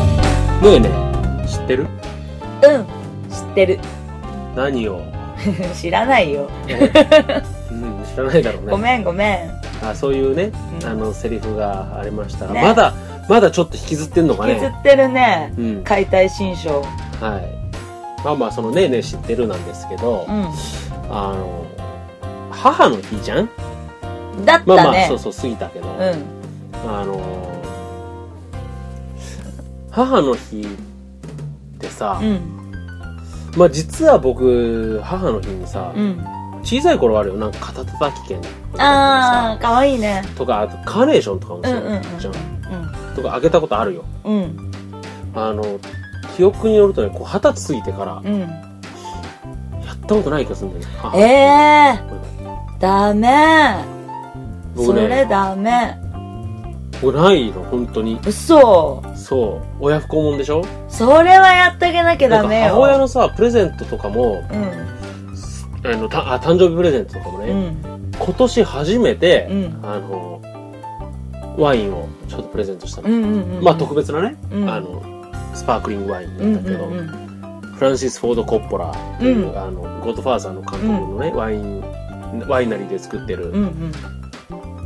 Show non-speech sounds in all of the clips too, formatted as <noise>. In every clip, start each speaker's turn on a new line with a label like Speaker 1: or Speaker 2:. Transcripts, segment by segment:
Speaker 1: ねえねえ知ってる
Speaker 2: うん知ってる <laughs>
Speaker 1: 何を、
Speaker 2: 知らないよ
Speaker 1: えうん、知らないだろうね
Speaker 2: ごめんごめん
Speaker 1: あそういうね、
Speaker 2: うん
Speaker 1: あのセリフがありましたが、
Speaker 2: ね
Speaker 1: まだまだちょっと引きずってんのか
Speaker 2: 引きず
Speaker 1: ね
Speaker 2: ってるね
Speaker 1: うん
Speaker 2: 解体新書
Speaker 1: はいまあまあその「ねえねえ知ってる」なんですけど、
Speaker 2: う
Speaker 1: あの母の日じゃん
Speaker 2: んだったね、
Speaker 1: まあまあ、そうそう過ぎたけど、
Speaker 2: うん
Speaker 1: あの母の日ってさ、
Speaker 2: うん
Speaker 1: まあ実は僕母の日にさ、
Speaker 2: うん
Speaker 1: 小さい頃あるよなんか肩たたき券
Speaker 2: ああかわいいね
Speaker 1: とかあとカーネーションとかもそう
Speaker 2: うんうんうん
Speaker 1: じゃんとかあげたことあるよ
Speaker 2: うんうん
Speaker 1: あの記憶によるとねこう二十歳過ぎてから
Speaker 2: うん
Speaker 1: やったことない気がするんだよねあ
Speaker 2: ええー、ダメそ
Speaker 1: 僕
Speaker 2: れ
Speaker 1: ね
Speaker 2: ダメ
Speaker 1: 僕ないの本当に
Speaker 2: 嘘
Speaker 1: そう親不孝者でしょ
Speaker 2: それはやってあげなきゃ
Speaker 1: な
Speaker 2: ダ
Speaker 1: んか
Speaker 2: メよ
Speaker 1: 母親のさプレゼントとかも
Speaker 2: う
Speaker 1: あのたあ誕生日プレゼントとかもね、
Speaker 2: んうん
Speaker 1: 今年初めて、
Speaker 2: うん
Speaker 1: あのワインをちょっとプレゼントしたの、
Speaker 2: うんうんうん
Speaker 1: まあ特別なね、
Speaker 2: うん
Speaker 1: あのスパークリングワイン
Speaker 2: う
Speaker 1: だっ
Speaker 2: んう
Speaker 1: た
Speaker 2: ん
Speaker 1: けど、
Speaker 2: うん
Speaker 1: フランシス・フォード・コッポラという、
Speaker 2: うん
Speaker 1: あのゴッドファーザーの監督のね、ワインワイナリーで作ってる、
Speaker 2: うんうん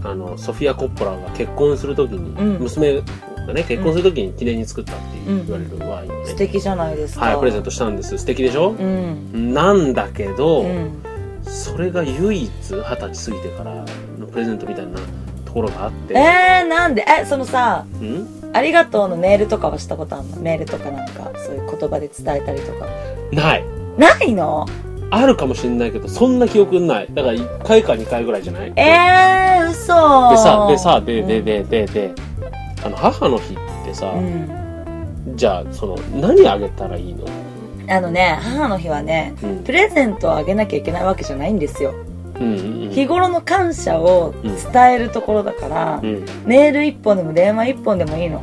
Speaker 1: あのソフィア・コッポラが結婚するときに、
Speaker 2: うん
Speaker 1: 娘がね結婚するときに記念に作ったっていう
Speaker 2: うん
Speaker 1: 言われるワインを
Speaker 2: 素
Speaker 1: ね、
Speaker 2: 敵じゃないですか
Speaker 1: はいプレゼントしたんです素敵でしょ
Speaker 2: う、ん
Speaker 1: なんだけど、
Speaker 2: うん
Speaker 1: それが唯一二十歳過ぎてからのプレゼントみたいなところがあって、
Speaker 2: えー、なんでえそのさ
Speaker 1: うん
Speaker 2: 「ありがとう」のメールとかはしたことあるのメールとかなんかそういう言葉で伝えたりとか
Speaker 1: ない
Speaker 2: ないの
Speaker 1: あるかもしれないけどそんな記憶ないだから1回か2回ぐらいじゃない
Speaker 2: えー、嘘
Speaker 1: でさでさででででで、あの母の日ってさ、
Speaker 2: うん、
Speaker 1: じゃあその何あげたらいいの、
Speaker 2: あのね母の日はね
Speaker 1: うん
Speaker 2: プレゼントをあげなきゃいけないわけじゃないんですよ
Speaker 1: うんうん
Speaker 2: 日頃の感謝を伝えるところだから、
Speaker 1: うん
Speaker 2: メール1本でも電話1本でもいいの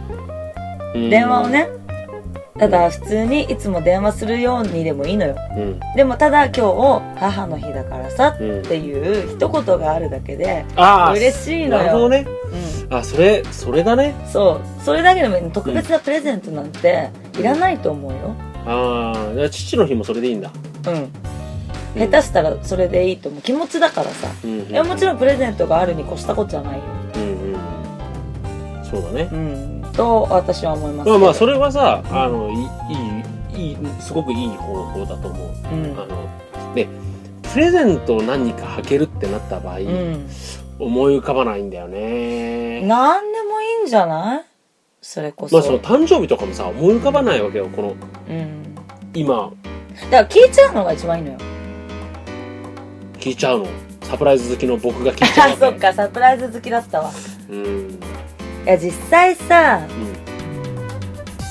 Speaker 1: うん
Speaker 2: 電話を、ねただ普通にいつも電話するようにでもいいのよ
Speaker 1: うん
Speaker 2: でもただ今日母の日だからさっ
Speaker 1: うん、
Speaker 2: ていう一言があるだけで、
Speaker 1: ああ
Speaker 2: 嬉しいの
Speaker 1: な
Speaker 2: よ
Speaker 1: るほどね
Speaker 2: う
Speaker 1: あそれそれだね
Speaker 2: ん、そうそれだけでも特別なプレゼントなんていらないと思うよ、
Speaker 1: ああ父の日もそれでいいんだ
Speaker 2: うん、下手したらそれでいいと思う気持ちだからさ
Speaker 1: 手、うんうん、
Speaker 2: いやもちろんプレゼントがあるに越したことはないよ、
Speaker 1: うんうんそうだね
Speaker 2: うん、と私は思いますけ
Speaker 1: ま
Speaker 2: ど
Speaker 1: あまあそれはさあのいいいいいいすごくいい方法だと思う
Speaker 2: うん
Speaker 1: あのでプレゼントを何かあげるってなった場合、
Speaker 2: う
Speaker 1: 思い浮かばないんだよ
Speaker 2: ん、
Speaker 1: ね
Speaker 2: 何でもいいんじゃないそれこそ,、
Speaker 1: まあその誕生日とかもさ思い浮かばないわけよこの
Speaker 2: うん、
Speaker 1: 今
Speaker 2: だから聞いちゃうのが一番いいのよ
Speaker 1: 聞いちゃうのサプライズ好きの僕が聞いちゃう
Speaker 2: <laughs> あ
Speaker 1: わけ
Speaker 2: そっかサプライズ好きだったわ
Speaker 1: うんうん
Speaker 2: いや実際さ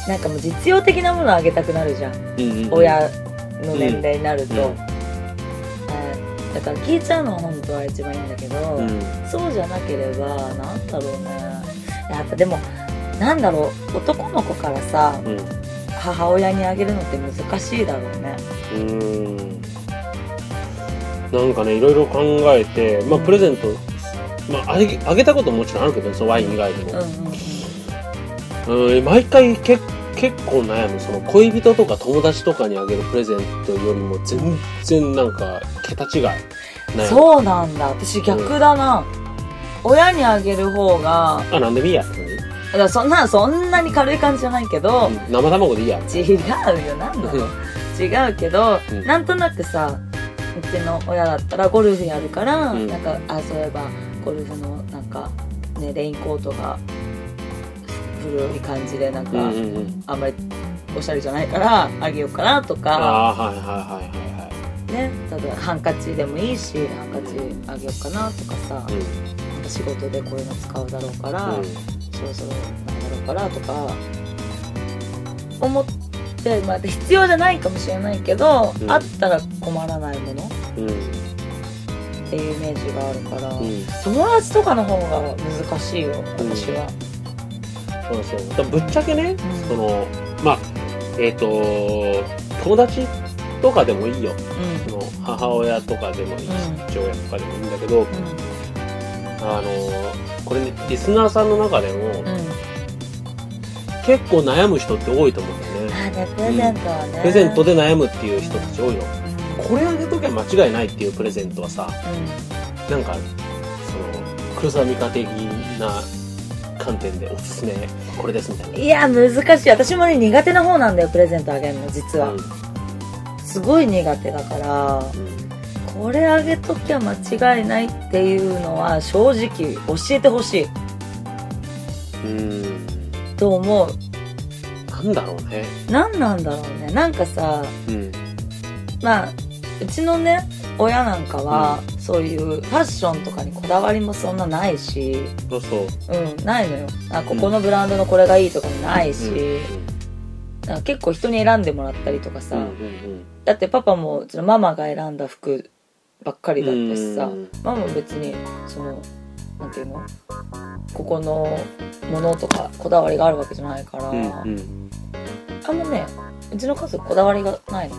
Speaker 2: なんかもう実用的なものあげたくなるじゃん、
Speaker 1: うんうんうん
Speaker 2: 親の年齢になると、
Speaker 1: うん
Speaker 2: はいだから聞いちゃうのは本当は一番いいんだけど、
Speaker 1: うん
Speaker 2: そうじゃなければなんだろうねやっぱでもなんだろう男の子からさ
Speaker 1: うん
Speaker 2: 母親にあげるのって難しいだろうね
Speaker 1: うんなんかねいろいろ考えてまあプレゼントまああげあげたことももちろんあるけどそのワイン以外でも
Speaker 2: うん、うんうん
Speaker 1: うん、毎回け結構悩むその恋人とか友達とかにあげるプレゼントよりも全然なんか桁違い悩む
Speaker 2: そうなんだ私逆だな、親にあげる方が
Speaker 1: あなんでもいいやって感じ
Speaker 2: だからそんなそんなに軽い感じじゃないけど、
Speaker 1: うん生卵でいいやみたい
Speaker 2: 違うよなんだろう違うけど、
Speaker 1: うん
Speaker 2: なんとなくさうちの親だったらゴルフやるから、
Speaker 1: うん
Speaker 2: なんかあそういえばゴルフのなんか、ね、レインコートが古い感じでなんか、
Speaker 1: なうんうんうん
Speaker 2: あんまりおしゃれじゃないからあげようかなとか、
Speaker 1: ああーはいはいはいはいは
Speaker 2: ね、ただハンカチでもいいしハンカチあげようかなとかさ、
Speaker 1: い
Speaker 2: 仕事でこういうの使うだろうから、
Speaker 1: うん
Speaker 2: そろそろなんだろうからとか思って、まあ、必要じゃないかもしれないけど、
Speaker 1: うん
Speaker 2: あったら困らないものっ
Speaker 1: うんうん
Speaker 2: ていうイメージがあるから、
Speaker 1: うん
Speaker 2: 友達とかの方が難しいよ私は。
Speaker 1: そうそうだからぶっちゃけね
Speaker 2: ん
Speaker 1: そのまあえっ、と友達とかでもいいよその母親とかでもいいし
Speaker 2: うん
Speaker 1: 父親とかでもいいんだけど
Speaker 2: うんうん
Speaker 1: あのこれねリスナーさんの中でも、
Speaker 2: うん
Speaker 1: 結構悩む人って多いと思うんだよ
Speaker 2: ねプレゼントはね、
Speaker 1: プレゼントで悩むっていう人たち多いのこれあげときゃ間違いないっていうプレゼントはさなんかその黒沢美香的な観点でおすすめこれですみたい
Speaker 2: うんいや難しい私もね苦手な方なんだよプレゼントあげるの実
Speaker 1: な
Speaker 2: は、すごい苦手だから
Speaker 1: うんうん
Speaker 2: これあげときゃ間違いないっていうのは正直教えてほしいう
Speaker 1: ーん
Speaker 2: と思う
Speaker 1: なんだろうね
Speaker 2: 何なんだろうねなんかさ
Speaker 1: うん
Speaker 2: まあうちのね親なんかは、そういうファッションとかにこだわりもそんなないし
Speaker 1: そうそう
Speaker 2: うんないのよあここのブランドのこれがいいとかもないし、
Speaker 1: うん
Speaker 2: なんか結構人に選んでもらったりとかさ、
Speaker 1: うんうん
Speaker 2: だってパパもうちのママが選んだ服ばっかりだったしさ
Speaker 1: うん
Speaker 2: ママも別にそのなんていうのここのものとかこだわりがあるわけじゃないから、
Speaker 1: うんうんうん
Speaker 2: あんまねうちの家族こだわりがないの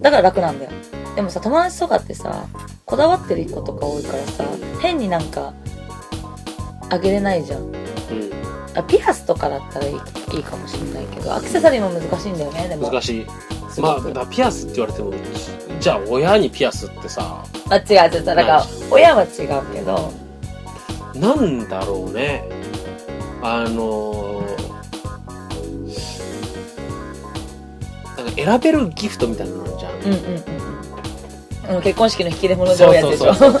Speaker 2: だから楽なんだよでもさ友達とかってさこだわってる人とか多いからさ変になんかあげれないじゃんあピアスとかだったらいいいいかもしんないけどアクセサリーも難しいんだよねで
Speaker 1: うん
Speaker 2: も
Speaker 1: 難しい
Speaker 2: すご
Speaker 1: まあ
Speaker 2: く
Speaker 1: だからピアスって言われてもじゃあ親にピアスってさ
Speaker 2: まあ、違う違うだから親は違うけど
Speaker 1: なんだろうねあのなんか選べるギフトみたいなのあるじゃん、
Speaker 2: うんうんうんうん結婚式の引き出物で
Speaker 1: そ
Speaker 2: 多
Speaker 1: う
Speaker 2: いやつ
Speaker 1: そう
Speaker 2: でし
Speaker 1: そ
Speaker 2: ょ
Speaker 1: うそう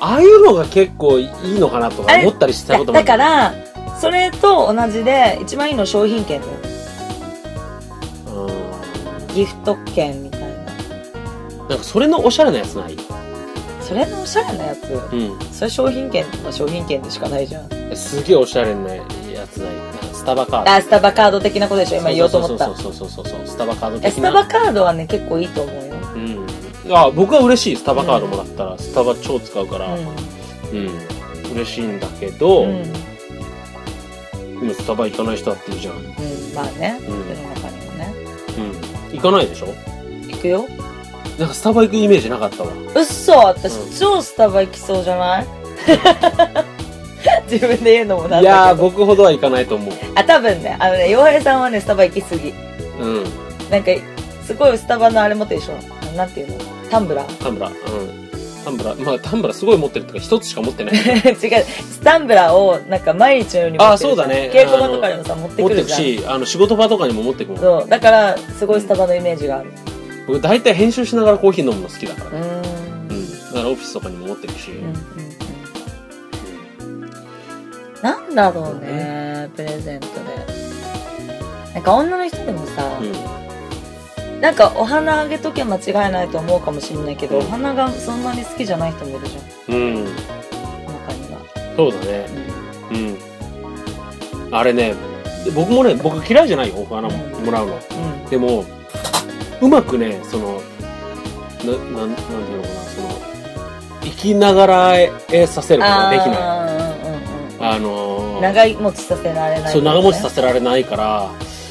Speaker 1: ああいうのが結構いいのかなとか思ったりしたこともあ
Speaker 2: だ
Speaker 1: る
Speaker 2: からそれと同じで一番いいのは商品券だよ
Speaker 1: うん
Speaker 2: ギフト券みたいな
Speaker 1: なんかそれのおしゃれなやつない
Speaker 2: それのおしゃれなやつ
Speaker 1: うん
Speaker 2: それ商品券とか商品券でしかないじゃん
Speaker 1: えすげえおしゃれなやつないなんかスタバカード
Speaker 2: あスタバカード的なことでしょ今言おうと思った
Speaker 1: そうそうそうそうそうそうスタバカード
Speaker 2: え
Speaker 1: 的
Speaker 2: ス
Speaker 1: な
Speaker 2: タバカードはね結構いいと思うよ
Speaker 1: うんあ僕は嬉しいスタバカードもらったら、スタバ超使うからうん、嬉しいんだけど、
Speaker 2: うん、うんうん、
Speaker 1: 今スタバ行かない人だっているじゃん、うん、
Speaker 2: まあね
Speaker 1: ん
Speaker 2: 世の中にもね
Speaker 1: 行かないでしょ
Speaker 2: 行くよ
Speaker 1: なんかスタバ行くイメージなかったわ
Speaker 2: うっそ私、
Speaker 1: うん
Speaker 2: 超スタバ行きそうじゃない <laughs> 自分で言うのもなん
Speaker 1: いや
Speaker 2: だ
Speaker 1: ー
Speaker 2: けど
Speaker 1: 僕ほどは行かないと思う
Speaker 2: あ多分ねあのね洋平さんはねスタバ行きすぎ
Speaker 1: うん
Speaker 2: なんかすごいスタバのあれ持ってるでしょあのなんていうのタンブラー <laughs>
Speaker 1: タンブラうんタンブラまあタンブラすごい持ってるとか一つしか持って
Speaker 2: <laughs>
Speaker 1: ない
Speaker 2: 違うタンブラーをなんか毎日のように持ってるじゃん
Speaker 1: あそうだね
Speaker 2: 稽古場とかにもさ持って
Speaker 1: 持っ
Speaker 2: く
Speaker 1: て
Speaker 2: る
Speaker 1: く
Speaker 2: じゃん <laughs>
Speaker 1: しあの仕事場とかにも持ってくもん
Speaker 2: そうだからすごいスタバのイメージがある
Speaker 1: 僕大体編集しながらコーヒー飲むの好きだから、
Speaker 2: うーん
Speaker 1: うん、だからオフィスとかにも持ってるし、
Speaker 2: うんうんうんなんだろうねプレゼントでなんか女の人でもさ、
Speaker 1: うん
Speaker 2: なんかお花あげときゃ間違いないと思うかもしれないけど、
Speaker 1: うん
Speaker 2: お花がそんなに好きじゃない人もいるじゃ
Speaker 1: うん、
Speaker 2: ん中には、
Speaker 1: そうだねうんあれね僕もね僕嫌いじゃないよお花ももらうの
Speaker 2: うん
Speaker 1: でもうまくねそのななんなんていうのかなその生きながらえさせることができないあ
Speaker 2: あーうんうんうん
Speaker 1: のー
Speaker 2: 長い持ちさせられない、
Speaker 1: そう長持ちさ
Speaker 2: せ
Speaker 1: せられないから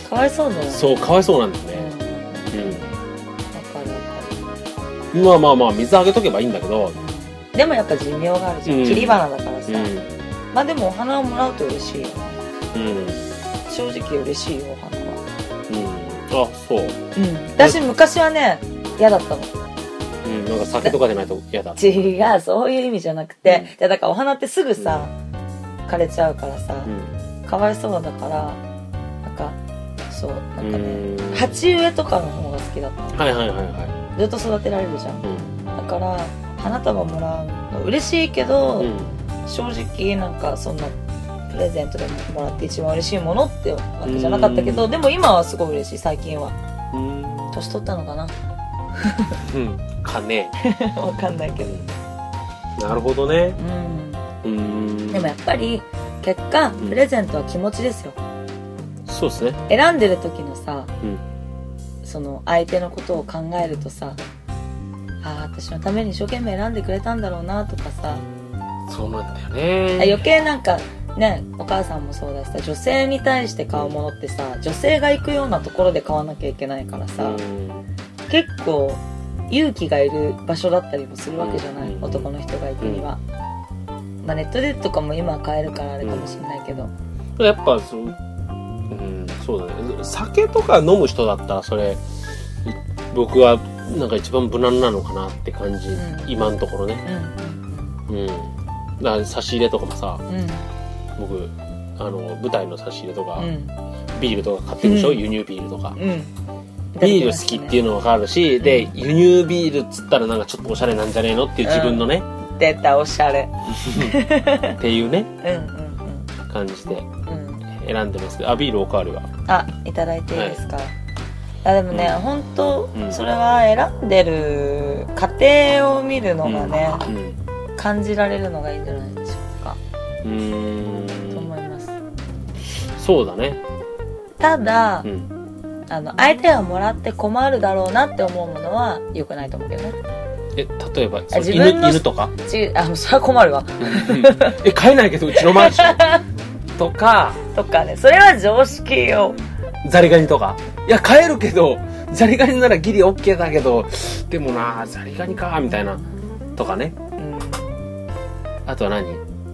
Speaker 2: かわいそうだよね
Speaker 1: そうかわいそうなんだよ
Speaker 2: うんうんわ
Speaker 1: ね、
Speaker 2: かるわか
Speaker 1: うん、まあまあまあ水あげとけばいいんだけど
Speaker 2: るでもやっぱ寿命があるじゃん、
Speaker 1: うん
Speaker 2: 切り花だから
Speaker 1: う
Speaker 2: さ、
Speaker 1: ん
Speaker 2: まあでもお花をもらうと嬉しいよね
Speaker 1: うん
Speaker 2: 正直嬉しいよお花は
Speaker 1: うんあそう、
Speaker 2: うん私昔はね嫌だったの
Speaker 1: うん、なんか酒とかでないと嫌だ
Speaker 2: 違うそういう意味じゃなくて、
Speaker 1: うん
Speaker 2: いやだからお花ってすぐさ、枯れちゃうからさ
Speaker 1: う、ん
Speaker 2: かわいそうだからなんかそうなんかね、
Speaker 1: うん
Speaker 2: 鉢植えとかの方が好きだった
Speaker 1: はいはいはいは
Speaker 2: ずっと育てられるじゃん
Speaker 1: い
Speaker 2: だから花束もらうの嬉しいけど、
Speaker 1: うん、うん
Speaker 2: 正直なんかそんなプレゼントでもらって一番嬉しいものってわけじゃなかったけど、でも今はすごい嬉しい最近は
Speaker 1: う
Speaker 2: 年取ったのかな
Speaker 1: ん、かね。
Speaker 2: <laughs> わかんないけど
Speaker 1: なるほどね。
Speaker 2: うん
Speaker 1: うーん。
Speaker 2: でもやっぱり結果
Speaker 1: ん
Speaker 2: プレゼントは気持ちですよ
Speaker 1: そうですね。
Speaker 2: 選んでる時のさ、
Speaker 1: うん
Speaker 2: その相手のことを考えるとさあー私のために一生懸命選んでくれたんだろうなとかさ、
Speaker 1: そうなんだよね。
Speaker 2: 余計なんかねお母さんもそうだしさ女性に対して買うものってさ女性が行くようなところで買わなきゃいけないからさ、
Speaker 1: うん
Speaker 2: 結構勇気がいる場所だったりもするわけじゃない、
Speaker 1: うん
Speaker 2: 男の人が行くには、まあネットでとかも今は買えるからあれかもしれないけど、
Speaker 1: やっぱそう、うん、そうだね酒とか飲む人だったらそれい僕はなんか一番無難なのかなって感じ、
Speaker 2: うん
Speaker 1: 今のところねうんだから差し入れとかもさ
Speaker 2: うんうん
Speaker 1: 僕あの舞台の差し入れとか、
Speaker 2: うん
Speaker 1: ビールとか買ってるでしょ、
Speaker 2: うん
Speaker 1: 輸入ビールとか、
Speaker 2: うん
Speaker 1: ビール好きっていう
Speaker 2: う
Speaker 1: の分かるし、で輸入ビールっつったらなんかちょっとおしゃれなんじゃねえのっていう自分のね、
Speaker 2: 出たおしゃれ
Speaker 1: っていうね
Speaker 2: うんうん
Speaker 1: 感じで
Speaker 2: うんうん
Speaker 1: 選んでますけどあビールおかわりは
Speaker 2: あいただいていいですか、あでもね、
Speaker 1: う
Speaker 2: 本当
Speaker 1: うん
Speaker 2: それは選んでる過程を見るのがね、
Speaker 1: うんう
Speaker 2: 感じられるのがいいんじゃないでしょうか、と
Speaker 1: ーん
Speaker 2: 思います
Speaker 1: そうだね
Speaker 2: ただ、
Speaker 1: うん
Speaker 2: あの相手がもらって困るだろうなって思うものは良くないと思うけどね
Speaker 1: え例えばその
Speaker 2: 自分
Speaker 1: 犬
Speaker 2: の
Speaker 1: 犬とか
Speaker 2: ちあもうそれは困るわ
Speaker 1: <laughs> え飼えないけどうちのマンショ
Speaker 2: <laughs>
Speaker 1: ンとか
Speaker 2: とかねそれは常識よ
Speaker 1: ザリガニとかいや飼えるけどザリガニならギリオッケーだけどでもなザリガニかみたいなとかね
Speaker 2: う
Speaker 1: あとは何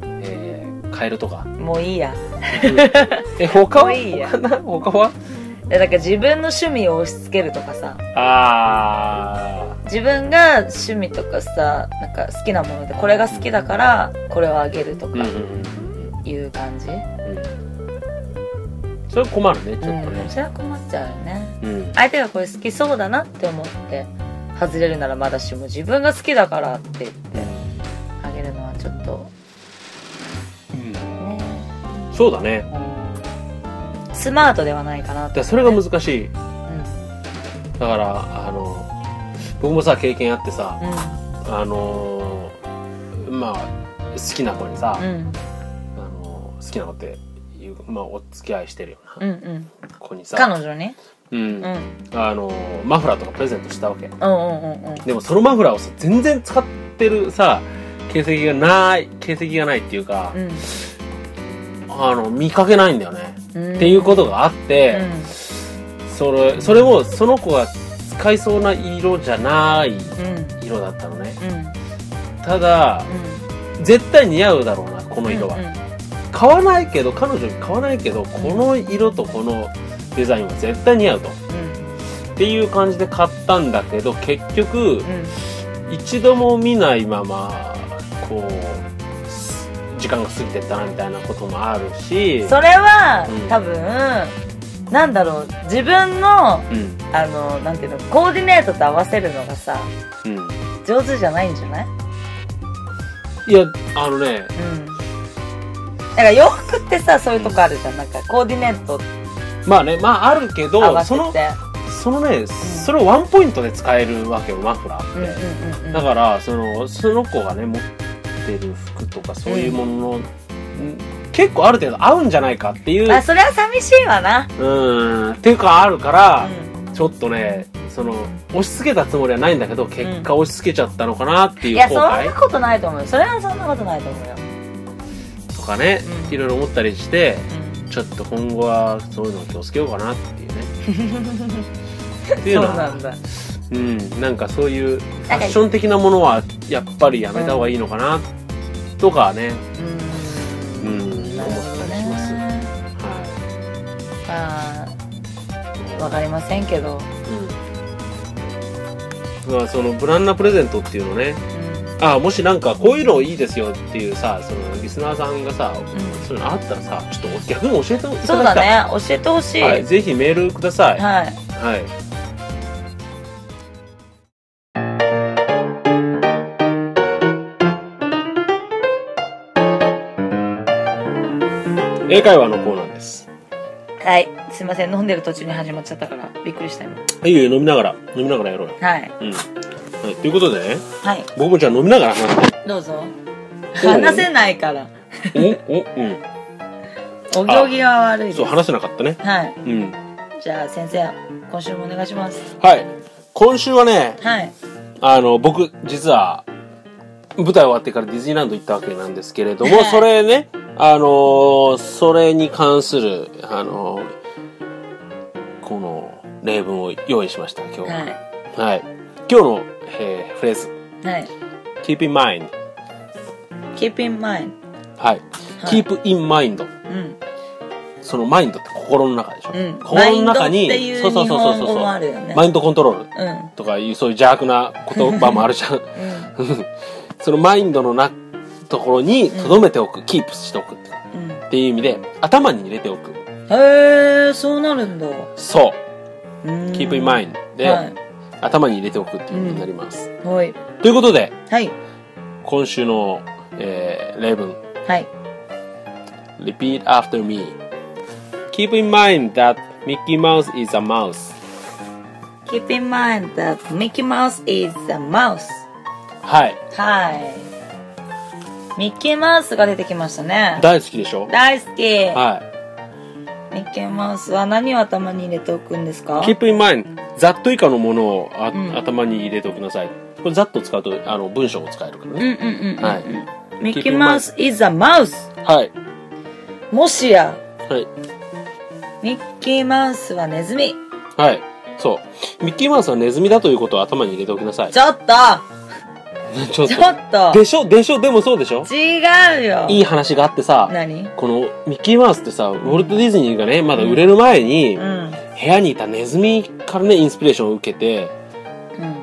Speaker 1: えーカエルとか
Speaker 2: んもういいや
Speaker 1: え他
Speaker 2: も
Speaker 1: は
Speaker 2: ういいや
Speaker 1: 他な他は
Speaker 2: でなんか自分の趣味を押し付けるとかさ
Speaker 1: あ
Speaker 2: 自分が趣味とかさなんか好きなものでこれが好きだからこれをあげると
Speaker 1: ーうんう
Speaker 2: か
Speaker 1: んうん
Speaker 2: いう感じ、
Speaker 1: うんうんそれ困るねちょっと
Speaker 2: うん、
Speaker 1: ね
Speaker 2: それは困っちゃうよね
Speaker 1: うん
Speaker 2: 相手がこれ好きそうだなって思って外れるならまだしも自分が好きだからって言ってあげるのはちょっとね、
Speaker 1: そうだね
Speaker 2: うん、スマートではないか
Speaker 1: だ
Speaker 2: なと
Speaker 1: からそれが難しい
Speaker 2: うん
Speaker 1: だからあの僕もさ経験あってさあのーまあ好きな子にさ、
Speaker 2: うんうん
Speaker 1: あのー好きな子っていうまあお付き合いしてるよう
Speaker 2: う
Speaker 1: なん
Speaker 2: うん
Speaker 1: 子にさ、
Speaker 2: 彼女に
Speaker 1: うん
Speaker 2: うん
Speaker 1: あのーマフラーとかプレゼントしたわけ
Speaker 2: うんうんうんうん
Speaker 1: でもそのマフラーをさ全然使ってるさ形跡がない形跡がないっていうか、
Speaker 2: うん
Speaker 1: あの見かけないんだよね、
Speaker 2: うん
Speaker 1: っていうことがあっ
Speaker 2: うん
Speaker 1: て、それそれもその子が使いそうな色じゃない
Speaker 2: うん
Speaker 1: 色だったのね
Speaker 2: うん
Speaker 1: ただ
Speaker 2: う
Speaker 1: 絶対似合うだろうなこ
Speaker 2: ん
Speaker 1: の色は、
Speaker 2: うんうん
Speaker 1: 買わないけど彼女に買わないけどこの色とこのデザインは絶対似合うとっていう感じで買ったんだけど結局
Speaker 2: うんうん
Speaker 1: 一度も見ないままこうす時間が過ぎてったなみたいなこともあるし
Speaker 2: それは、
Speaker 1: うん
Speaker 2: 多分なんだろう自分の
Speaker 1: うん
Speaker 2: あのなんていうのコーディネートと合わせるのがさ
Speaker 1: うん
Speaker 2: 上手じゃないんじゃない
Speaker 1: いやあのね
Speaker 2: うんだから洋服ってさそういうとこあるじゃんなんかコーディネート
Speaker 1: まあねまああるけ
Speaker 2: 合
Speaker 1: ど
Speaker 2: わ
Speaker 1: そ
Speaker 2: せ
Speaker 1: の
Speaker 2: て
Speaker 1: そのねそれをワンポイントで使えるわけよマフラーって、
Speaker 2: うんうんうんうん
Speaker 1: だからそのその子がね持ってる服とかそういうものの、ん結構ある程度合うんじゃないかっていう、
Speaker 2: まあそれは寂しいわな
Speaker 1: うんっていうかあるから、
Speaker 2: う
Speaker 1: ちょっとねその押し付けたつもりはないんだけど結果押し付けちゃったのかなって
Speaker 2: ん
Speaker 1: い
Speaker 2: いうや
Speaker 1: 後
Speaker 2: そんな
Speaker 1: 悔
Speaker 2: ことないと思うよそれはそんなことないと思うよ
Speaker 1: とかね、
Speaker 2: うん
Speaker 1: いろいろ思ったりして
Speaker 2: うん
Speaker 1: ちょっと今後はそういうのを気をつけようかなっていうね
Speaker 2: <laughs>
Speaker 1: っていう
Speaker 2: そう
Speaker 1: のは
Speaker 2: なんだ
Speaker 1: うん、なんかそういうフ
Speaker 2: なん
Speaker 1: ァ
Speaker 2: か
Speaker 1: ッション的なものはやっぱりやめた方がいいのかな、とかね、う、
Speaker 2: うんん
Speaker 1: 思っ
Speaker 2: なるほど
Speaker 1: たりします。
Speaker 2: ね
Speaker 1: は
Speaker 2: まあわかりませんけど、
Speaker 1: い。うん。まあ、その無難なプレゼントっていうのね、
Speaker 2: う
Speaker 1: あもしなんかこういうのいいですよっていうさ、そのリスナーさんがさ、
Speaker 2: んうん
Speaker 1: そういうのあったらさ、ちょっと逆に教えていただきたい。
Speaker 2: そうだね教えてほしい、
Speaker 1: はい、ぜひメールください。は
Speaker 2: はい
Speaker 1: い。英会話のコーナーです。
Speaker 2: はい。すいません。飲んでる途中に始まっちゃったから、びっくりした今。
Speaker 1: いいよ、飲みながら、飲みながらやろうよ。
Speaker 2: はい。
Speaker 1: うん。はい、ということでね、
Speaker 2: はい。
Speaker 1: 僕もじゃあ飲みながら話
Speaker 2: どうぞ。
Speaker 1: そう
Speaker 2: 話せないから。
Speaker 1: して。お、お、う
Speaker 2: お行儀が悪いで
Speaker 1: ん。
Speaker 2: す。
Speaker 1: そう、話せなかったね。
Speaker 2: はい。
Speaker 1: うん。
Speaker 2: じゃあ、先生、今週もお願いします。
Speaker 1: はい。今週はね、
Speaker 2: はい。
Speaker 1: あの、僕、実は、舞台終わってからディズニーランド行ったわけなんですけれども、
Speaker 2: はい
Speaker 1: それね、あのーそれに関する、あのーこの例文を用意しました、今日は。はい。
Speaker 2: は
Speaker 1: 今日の、えーフレーズ、
Speaker 2: い。はい。
Speaker 1: keep in mind。
Speaker 2: keep in mind.
Speaker 1: はい。
Speaker 2: はい
Speaker 1: keep in mind。
Speaker 2: うん。
Speaker 1: そのマインドって心の中でしょ、
Speaker 2: うん。マ
Speaker 1: 心の
Speaker 2: インドっ
Speaker 1: 中に
Speaker 2: ていう
Speaker 1: そう
Speaker 2: 日
Speaker 1: そう
Speaker 2: 本
Speaker 1: そうそうそう
Speaker 2: 語もあるよね。
Speaker 1: マインドコントロール
Speaker 2: うん。
Speaker 1: とかいうそういう邪悪な言葉もあるじゃん
Speaker 2: う
Speaker 1: <laughs> そのマインドのなところに留めておく、キープしておくって
Speaker 2: ん。うん。
Speaker 1: っていう意味で頭に入れておく
Speaker 2: へえ、そうなるんだ。う
Speaker 1: そ
Speaker 2: ーん
Speaker 1: う keep in mind で、
Speaker 2: はい。
Speaker 1: 頭に入れておくっていうことになります、
Speaker 2: はい。
Speaker 1: ということで
Speaker 2: はい。
Speaker 1: 今週の、えー例文
Speaker 2: はい。
Speaker 1: Repeat after me. Keep in mind that Mickey Mouse is a mouse.
Speaker 2: Keep in mind that Mickey Mouse is a mouse.
Speaker 1: はい。
Speaker 2: はい。ミッキーマウスが出てきましたね。
Speaker 1: 大好きでしょ
Speaker 2: 大好き。
Speaker 1: は
Speaker 2: ミッキーマウスは何を頭に入れておくんですか
Speaker 1: い。Keep in mind. that 以下のものをあ、
Speaker 2: うん
Speaker 1: 頭に入れておきなさい。これ that を使うとあの文章を使えるから
Speaker 2: うん
Speaker 1: ね。
Speaker 2: うんうんうん。
Speaker 1: はい
Speaker 2: い。ミッキーマウス is a mouse.
Speaker 1: はい。
Speaker 2: もしや、
Speaker 1: はい。
Speaker 2: ミッキーマウスはネズミ。
Speaker 1: はい。そう。ミッキーマウスはネズミだということを頭に入れておきなさい。
Speaker 2: ちょっと
Speaker 1: <laughs> ちょっ
Speaker 2: ちょっと
Speaker 1: でしょでしょでもそうでしょ
Speaker 2: 違うよ
Speaker 1: いい話があってさ、
Speaker 2: 何
Speaker 1: このミッキーマウスってさ、ウォルト・ディズニーがね、まだ売れる前に、
Speaker 2: う
Speaker 1: 部
Speaker 2: ん。
Speaker 1: 屋にいたネズミからね、インスピレーションを受けて、
Speaker 2: うん。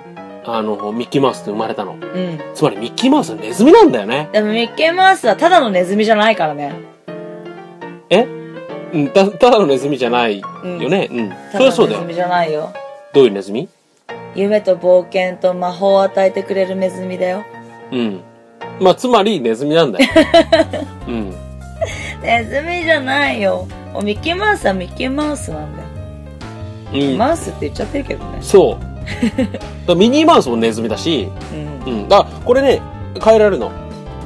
Speaker 1: あの、ミッキーマウスって生まれたの。
Speaker 2: うん。
Speaker 1: つまりミッキーマウスはネズミなんだよね。
Speaker 2: でもミッキーマウスはただのネズミじゃないからね。
Speaker 1: えうん、た、ただのネズミじゃないよね。うん。そ
Speaker 2: た
Speaker 1: りゃ
Speaker 2: だ
Speaker 1: そ
Speaker 2: の
Speaker 1: うだ
Speaker 2: ネズ
Speaker 1: よ。
Speaker 2: ミじゃないよ。
Speaker 1: どういうネズミ
Speaker 2: 夢と冒険と魔法を与えてくれるネズミだよ。
Speaker 1: うん。まあ、つまりネズミなん
Speaker 2: <laughs>
Speaker 1: だよ。うん。
Speaker 2: ネズミじゃないよ。おミッキーマウスはミッキーマウスなんだよ。
Speaker 1: うん。
Speaker 2: マウスって言っちゃってるけどね。
Speaker 1: そう。だからミニーマウスもネズミだし、
Speaker 2: うん。
Speaker 1: うん。だから、これね、変えられるの。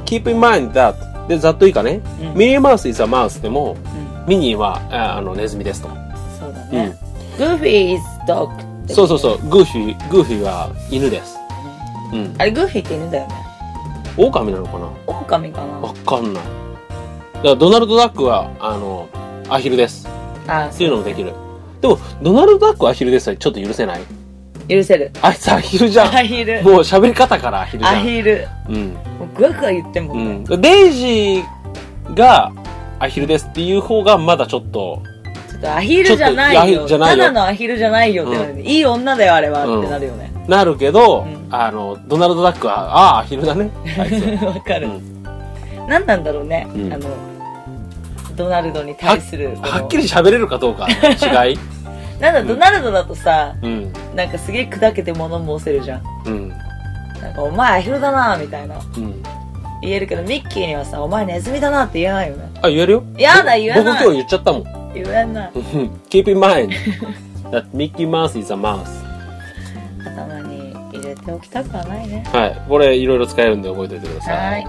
Speaker 1: keep in mind that で、ざっと以下ね。
Speaker 2: うん
Speaker 1: ミニーマウス is a mouse でも、
Speaker 2: うん。
Speaker 1: ミニーは、ああの、ネズミですと。
Speaker 2: そうだ
Speaker 1: う
Speaker 2: ね
Speaker 1: ん。。
Speaker 2: グーフィー is dog. って
Speaker 1: そうそうそう。グーフィー、グーフィーは犬です。うん。
Speaker 2: あれグーフィーって犬だよね。
Speaker 1: 狼なのかな
Speaker 2: 狼か
Speaker 1: わかんない。だからドナルド・ダックは、あの、アヒルです。っ
Speaker 2: なあ、
Speaker 1: ていうのもできる。でも、ドナルド・ダックはアヒルですはちょっと許せない
Speaker 2: 許せる。
Speaker 1: あいつアヒルじゃん。
Speaker 2: アヒル。
Speaker 1: もう喋り方からアヒルじ
Speaker 2: ア
Speaker 1: ゃん。
Speaker 2: ヒル。
Speaker 1: うん。
Speaker 2: もうグワグワ言ってんも
Speaker 1: うん
Speaker 2: ね。
Speaker 1: ん。デイジーがアヒルですっていう方がまだちょっと、
Speaker 2: ちょっとアヒルじゃ
Speaker 1: ちょっとア
Speaker 2: ない
Speaker 1: ヒル
Speaker 2: よ。
Speaker 1: じゃないよ
Speaker 2: ただのアヒルじゃないよってなるね、いい女だよ、あれは、
Speaker 1: うん
Speaker 2: ってなるよね。 <laughs>
Speaker 1: なるけど、
Speaker 2: うん
Speaker 1: あの、ドナルド・ダックは、ああ、アヒルだね。あ
Speaker 2: <laughs>
Speaker 1: いつ。
Speaker 2: わか
Speaker 1: う
Speaker 2: る。
Speaker 1: ん
Speaker 2: 何なんだろうね。
Speaker 1: うん
Speaker 2: あの、ドナルドに対する。
Speaker 1: はっき
Speaker 2: り。
Speaker 1: り喋れるかどうかの違い。
Speaker 2: なんだ、
Speaker 1: ん
Speaker 2: ドナルドだとさ、
Speaker 1: うん。
Speaker 2: なんかすげえ砕けて物申せるじゃん。
Speaker 1: うん。
Speaker 2: なんか、お前アヒルだなみたいな。
Speaker 1: うん。
Speaker 2: 言えるけど、ミッキーにはさ、お前ネズミだなって言えないよね。
Speaker 1: あ、言えるよ
Speaker 2: やだ言えな
Speaker 1: 僕
Speaker 2: い
Speaker 1: 今日言っちゃったもん。
Speaker 2: 言えない。
Speaker 1: Keep in mind that Mickey Mouse is a mouse.
Speaker 2: 頭に入れておきたくはないね。
Speaker 1: はい。これいろいろ使えるんで覚えておいてくださ。
Speaker 2: はいい。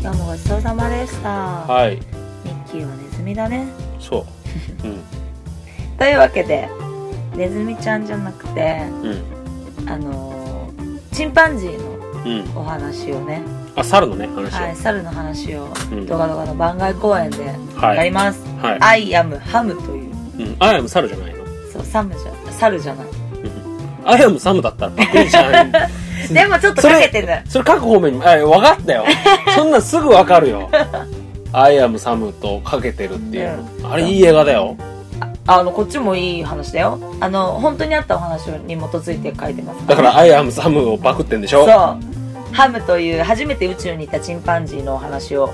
Speaker 2: 今日もごちそうさまでした。
Speaker 1: はい。
Speaker 2: ミッキーはネズミだね。
Speaker 1: そう。う
Speaker 2: というわけで、ネズミちゃんじゃなくて、
Speaker 1: ん。うん。
Speaker 2: あのーチンパンジー
Speaker 1: う
Speaker 2: の
Speaker 1: ん。
Speaker 2: お話をね、
Speaker 1: あ、猿のね、話を。
Speaker 2: はい、猿の話を
Speaker 1: うん
Speaker 2: 動画動画の番外公演で
Speaker 1: はい
Speaker 2: やります。
Speaker 1: はい。
Speaker 2: I am ham という、
Speaker 1: うん。アイアム猿じゃないの
Speaker 2: そう、サムじゃ、猿じゃない。
Speaker 1: アイアムサムだったらパクリじゃ
Speaker 2: <laughs>
Speaker 1: ない。
Speaker 2: でもちょっとかけてる。
Speaker 1: それ各方面に、え、わかったよ。そんなんすぐわかるよ。アイアムサムとかけてるっていう。あれいい映画だよ。
Speaker 2: あの、こっちもいい話だよ。あの、本当にあったお話に基づいて書いてます
Speaker 1: だからアイアムサムをパクってんでしょ
Speaker 2: そう。ハムという初めて宇宙にいたチンパンジーのお話を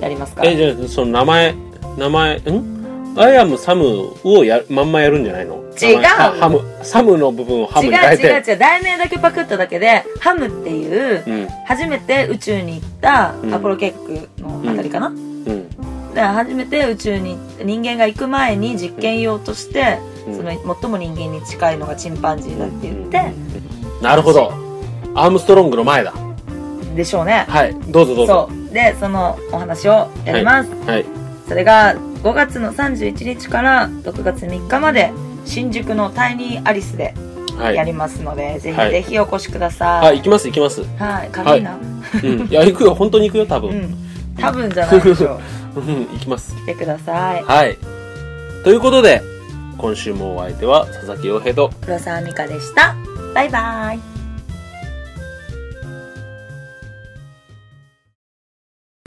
Speaker 2: やりますから。
Speaker 1: え、じゃあ、その名前、名前、んアイアムサムをやまんまやるんじゃないの
Speaker 2: 違う
Speaker 1: 名前あハム、サムの部分をハム
Speaker 2: 違う
Speaker 1: に変えて。
Speaker 2: 違う違う。題名だけパクっただけで、ハムっていう、
Speaker 1: うん、
Speaker 2: 初めて宇宙に行った
Speaker 1: うん
Speaker 2: アポロ計画のあたりかな、
Speaker 1: うん、
Speaker 2: で初めて宇宙に人間が行く前に実験用として、
Speaker 1: うん
Speaker 2: その最も人間に近いのがチンパンジーだって言って、
Speaker 1: なるほど。アームストロングの前だ。
Speaker 2: でしょうね
Speaker 1: はい、どうぞどうぞ
Speaker 2: そ。うでそのお話をやります、
Speaker 1: はい、
Speaker 2: それが5月の31日から6月3日まで新宿のタイニーアリスで
Speaker 1: は
Speaker 2: や
Speaker 1: い。
Speaker 2: りますので、ぜひ
Speaker 1: はい
Speaker 2: ぜひお越しください
Speaker 1: あ、行きます行きます。
Speaker 2: はい、軽いな、 <laughs>
Speaker 1: うん。いや、行くよ。本当に行くよ、多
Speaker 2: う
Speaker 1: 分。
Speaker 2: ん多分じゃないでしょ
Speaker 1: <laughs>
Speaker 2: う
Speaker 1: うん、行きます。
Speaker 2: 来てください
Speaker 1: はい。ということで、今週もお相手は佐々木洋平と
Speaker 2: 黒沢美香でしたバイバイ